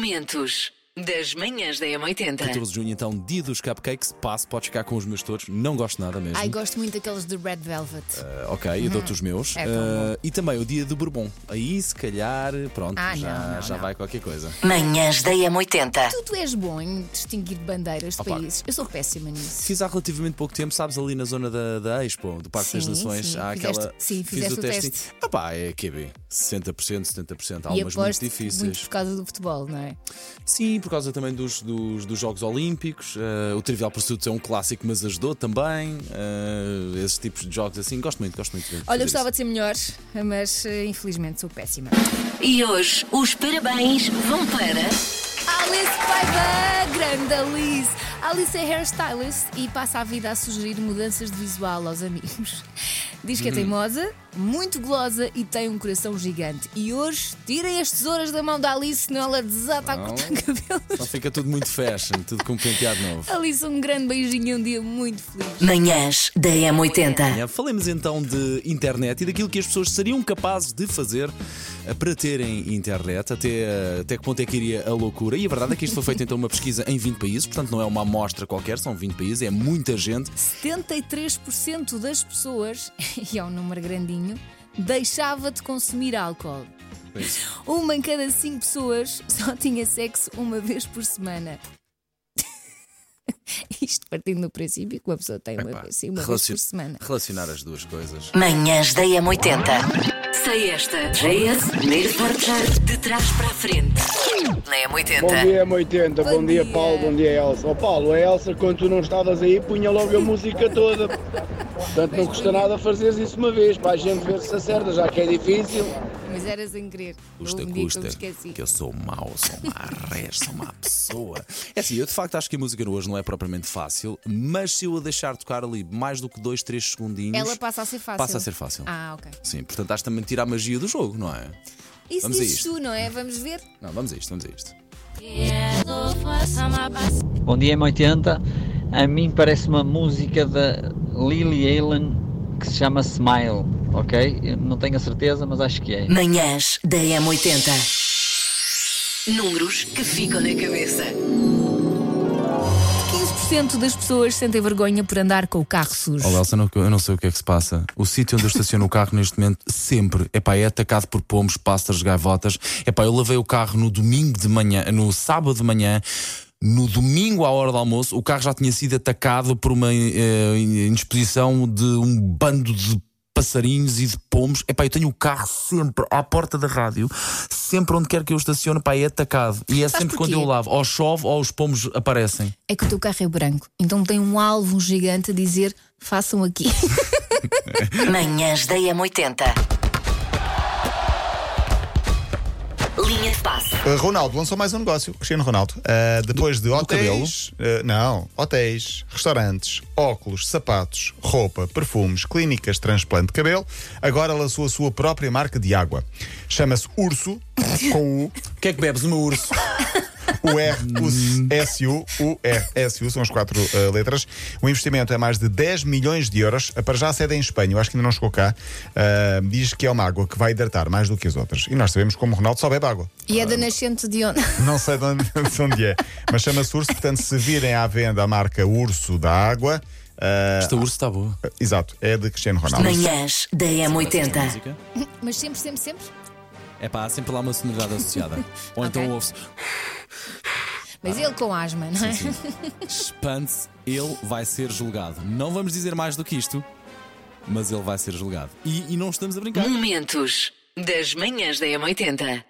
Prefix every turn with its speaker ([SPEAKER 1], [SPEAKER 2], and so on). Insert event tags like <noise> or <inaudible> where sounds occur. [SPEAKER 1] Momentos das manhãs da M80.
[SPEAKER 2] 14 de junho, então, dia dos cupcakes. Passo, podes ficar com os meus todos. Não gosto nada mesmo.
[SPEAKER 3] Ai, gosto muito daqueles de Red Velvet.
[SPEAKER 2] Ah, ok, eu dou-te os meus.
[SPEAKER 3] É tão bom.
[SPEAKER 2] Ah, e também o dia do Bourbon. Aí, se calhar, pronto,
[SPEAKER 3] Ah,
[SPEAKER 2] já,
[SPEAKER 3] não, não,
[SPEAKER 2] já
[SPEAKER 3] não.
[SPEAKER 2] vai qualquer coisa.
[SPEAKER 1] Manhãs da M80.
[SPEAKER 3] Tu, tu és bom em distinguir bandeiras de
[SPEAKER 2] Opa.
[SPEAKER 3] países. Eu sou péssima nisso.
[SPEAKER 2] Fiz há relativamente pouco tempo, sabes, ali na zona da, da Expo, do Parque das
[SPEAKER 3] Sim,
[SPEAKER 2] Nações,
[SPEAKER 3] sim.
[SPEAKER 2] há
[SPEAKER 3] Fizeste-
[SPEAKER 2] aquela.
[SPEAKER 3] sim,
[SPEAKER 2] fiz
[SPEAKER 3] fizeste
[SPEAKER 2] o
[SPEAKER 3] o
[SPEAKER 2] teste.
[SPEAKER 3] teste.
[SPEAKER 2] Ah pá, é QB. 60%, 70%. Há umas
[SPEAKER 3] e
[SPEAKER 2] muito
[SPEAKER 3] aposto
[SPEAKER 2] difíceis.
[SPEAKER 3] muito por causa do futebol, não é?
[SPEAKER 2] Sim, por causa também dos, dos, dos Jogos Olímpicos. Eh, o Trivial Pursuit é um clássico, mas ajudou também. Eh, esses tipos de jogos assim, gosto muito, gosto muito. de fazer
[SPEAKER 3] Olha, eu gostava
[SPEAKER 2] isso.
[SPEAKER 3] de ser melhor, mas eh, infelizmente sou péssima.
[SPEAKER 1] E hoje os parabéns vão para.
[SPEAKER 3] Alice Paiva, grande Alice! Alice é hairstylist e passa a vida a sugerir mudanças de visual aos amigos. <laughs> Diz
[SPEAKER 2] Hum.
[SPEAKER 3] que é teimosa, muito gulosa e tem um coração gigante. E hoje tirem as tesouras da mão da Alice, senão ela desata a
[SPEAKER 2] Não.
[SPEAKER 3] cortar <laughs> cabelos.
[SPEAKER 2] Só fica tudo muito fashion, tudo com um penteado novo.
[SPEAKER 3] Alice, um grande beijinho e um dia muito feliz.
[SPEAKER 1] Manhãs da M80.
[SPEAKER 2] Amanhã Falemos então de internet e daquilo que as pessoas seriam capazes de fazer eh, para terem internet, até, até que ponto é que iria a loucura. E a verdade é que isto foi feito então uma pesquisa em 20 países, portanto não é uma amostra qualquer, são 20 países, é muita gente.
[SPEAKER 3] 73% das pessoas, <laughs> e é um número grandinho, deixava de consumir álcool. Uma em cada cinco pessoas só tinha sexo uma vez por semana. <laughs> Isto partindo do princípio que uma pessoa tem uma,
[SPEAKER 2] Epá,
[SPEAKER 3] vez- sim, uma vez
[SPEAKER 2] relacion-
[SPEAKER 3] por semana.
[SPEAKER 2] Relacionar as duas coisas.
[SPEAKER 1] Manhãs da M80. Sei esta. JS, primeiro portar de trás para a frente. Na
[SPEAKER 4] Bom
[SPEAKER 1] M80.
[SPEAKER 4] dia, M80. Bom,
[SPEAKER 3] Bom
[SPEAKER 4] dia,
[SPEAKER 3] dia.
[SPEAKER 4] Paulo. Bom dia, Elsa. Ó Paulo, a Elsa, quando tu não estavas aí, punha logo a
[SPEAKER 3] <laughs>
[SPEAKER 4] música toda. Portanto, não custa nada fazeres isso uma vez, para a gente ver se acerta, já que é difícil.
[SPEAKER 3] Mas era sem querer.
[SPEAKER 2] Custa,
[SPEAKER 3] Houve um dia que eu
[SPEAKER 2] custa,
[SPEAKER 3] me esqueci.
[SPEAKER 2] que eu sou mau, sou uma res, sou uma pessoa. <laughs> É assim, eu de facto acho que a música no hoje não é propriamente fácil, mas se eu a deixar tocar ali mais do que dois, três segundinhos.
[SPEAKER 3] Ela passa a ser fácil.
[SPEAKER 2] Passa a ser fácil.
[SPEAKER 3] Ah, ok.
[SPEAKER 2] Sim, portanto acho também tirar a magia do jogo, não é?
[SPEAKER 3] Isso
[SPEAKER 2] Vamos a
[SPEAKER 3] dizes
[SPEAKER 2] isto.
[SPEAKER 3] tu, não é? Vamos ver.
[SPEAKER 2] Não, vamos a isto, vamos a isto.
[SPEAKER 5] Bom dia, M80. A mim parece uma música da Lily Allen que se chama Smile, ok? Eu não tenho a certeza, mas acho que é.
[SPEAKER 1] Manhãs da M80. Números que ficam na cabeça.
[SPEAKER 3] 15% das pessoas sentem vergonha por andar com o carro sujo.
[SPEAKER 2] Olha, Elsa, não- eu não sei o que é que se passa. O sítio onde eu estaciono o carro neste momento sempre epá, é atacado por pombos, pássaros, gaivotas. Epá, eu lavei o carro no domingo de manhã, no sábado de manhã. No domingo, à hora do almoço, o carro já tinha sido atacado por uma eh, indisposição de um bando de passarinhos e de pombos. Epá, eu tenho o carro sempre à porta da rádio, sempre onde quer que eu estacione, epá, é atacado. E é
[SPEAKER 3] Sabes
[SPEAKER 2] sempre quando
[SPEAKER 3] porquê?
[SPEAKER 2] eu lavo, ou chove ou os pombos aparecem.
[SPEAKER 3] É que o teu carro é branco, então tem um alvo gigante a dizer façam aqui. <laughs>
[SPEAKER 1] Manhãs da M80. Linha de passe.
[SPEAKER 6] Uh, Ronaldo lançou mais um negócio, Cristiano Ronaldo. Uh, depois de hotéis. uh, não, hotéis, restaurantes, óculos, sapatos, roupa, perfumes, clínicas, transplante de cabelo, agora lançou a sua própria marca de água. Chama-se Urso, com U,
[SPEAKER 2] O que é que bebes, o meu urso?
[SPEAKER 6] U R U S, S U U R S U são as quatro uh, letras. O investimento é mais de 10 milhões de euros. A Para já a sede é em Espanha, eu acho que ainda não chegou cá. Uh, diz que é uma água que vai hidratar mais do que as outras. E nós sabemos como Ronaldo só bebe água.
[SPEAKER 3] E é da nascente de onde? <laughs>
[SPEAKER 6] Não sei de onde, <laughs> de onde é, mas chama-se Urso, portanto, se virem à venda a marca Urso da Água. ah,
[SPEAKER 2] Este urso está boa.
[SPEAKER 6] exato, é de Cristiano Ronaldo.
[SPEAKER 1] Manhãs da M80.
[SPEAKER 2] Música.
[SPEAKER 3] Mas sempre, sempre, sempre.
[SPEAKER 2] É pá, há sempre lá uma sonoridade associada. Ou então
[SPEAKER 3] Ok.
[SPEAKER 2] ouve-se,
[SPEAKER 3] Mas ele com asma, não é?
[SPEAKER 2] espante-se, ele vai ser julgado. Não vamos dizer mais do que isto, mas ele vai ser julgado. E, e não estamos a brincar.
[SPEAKER 1] Momentos das manhãs da M80.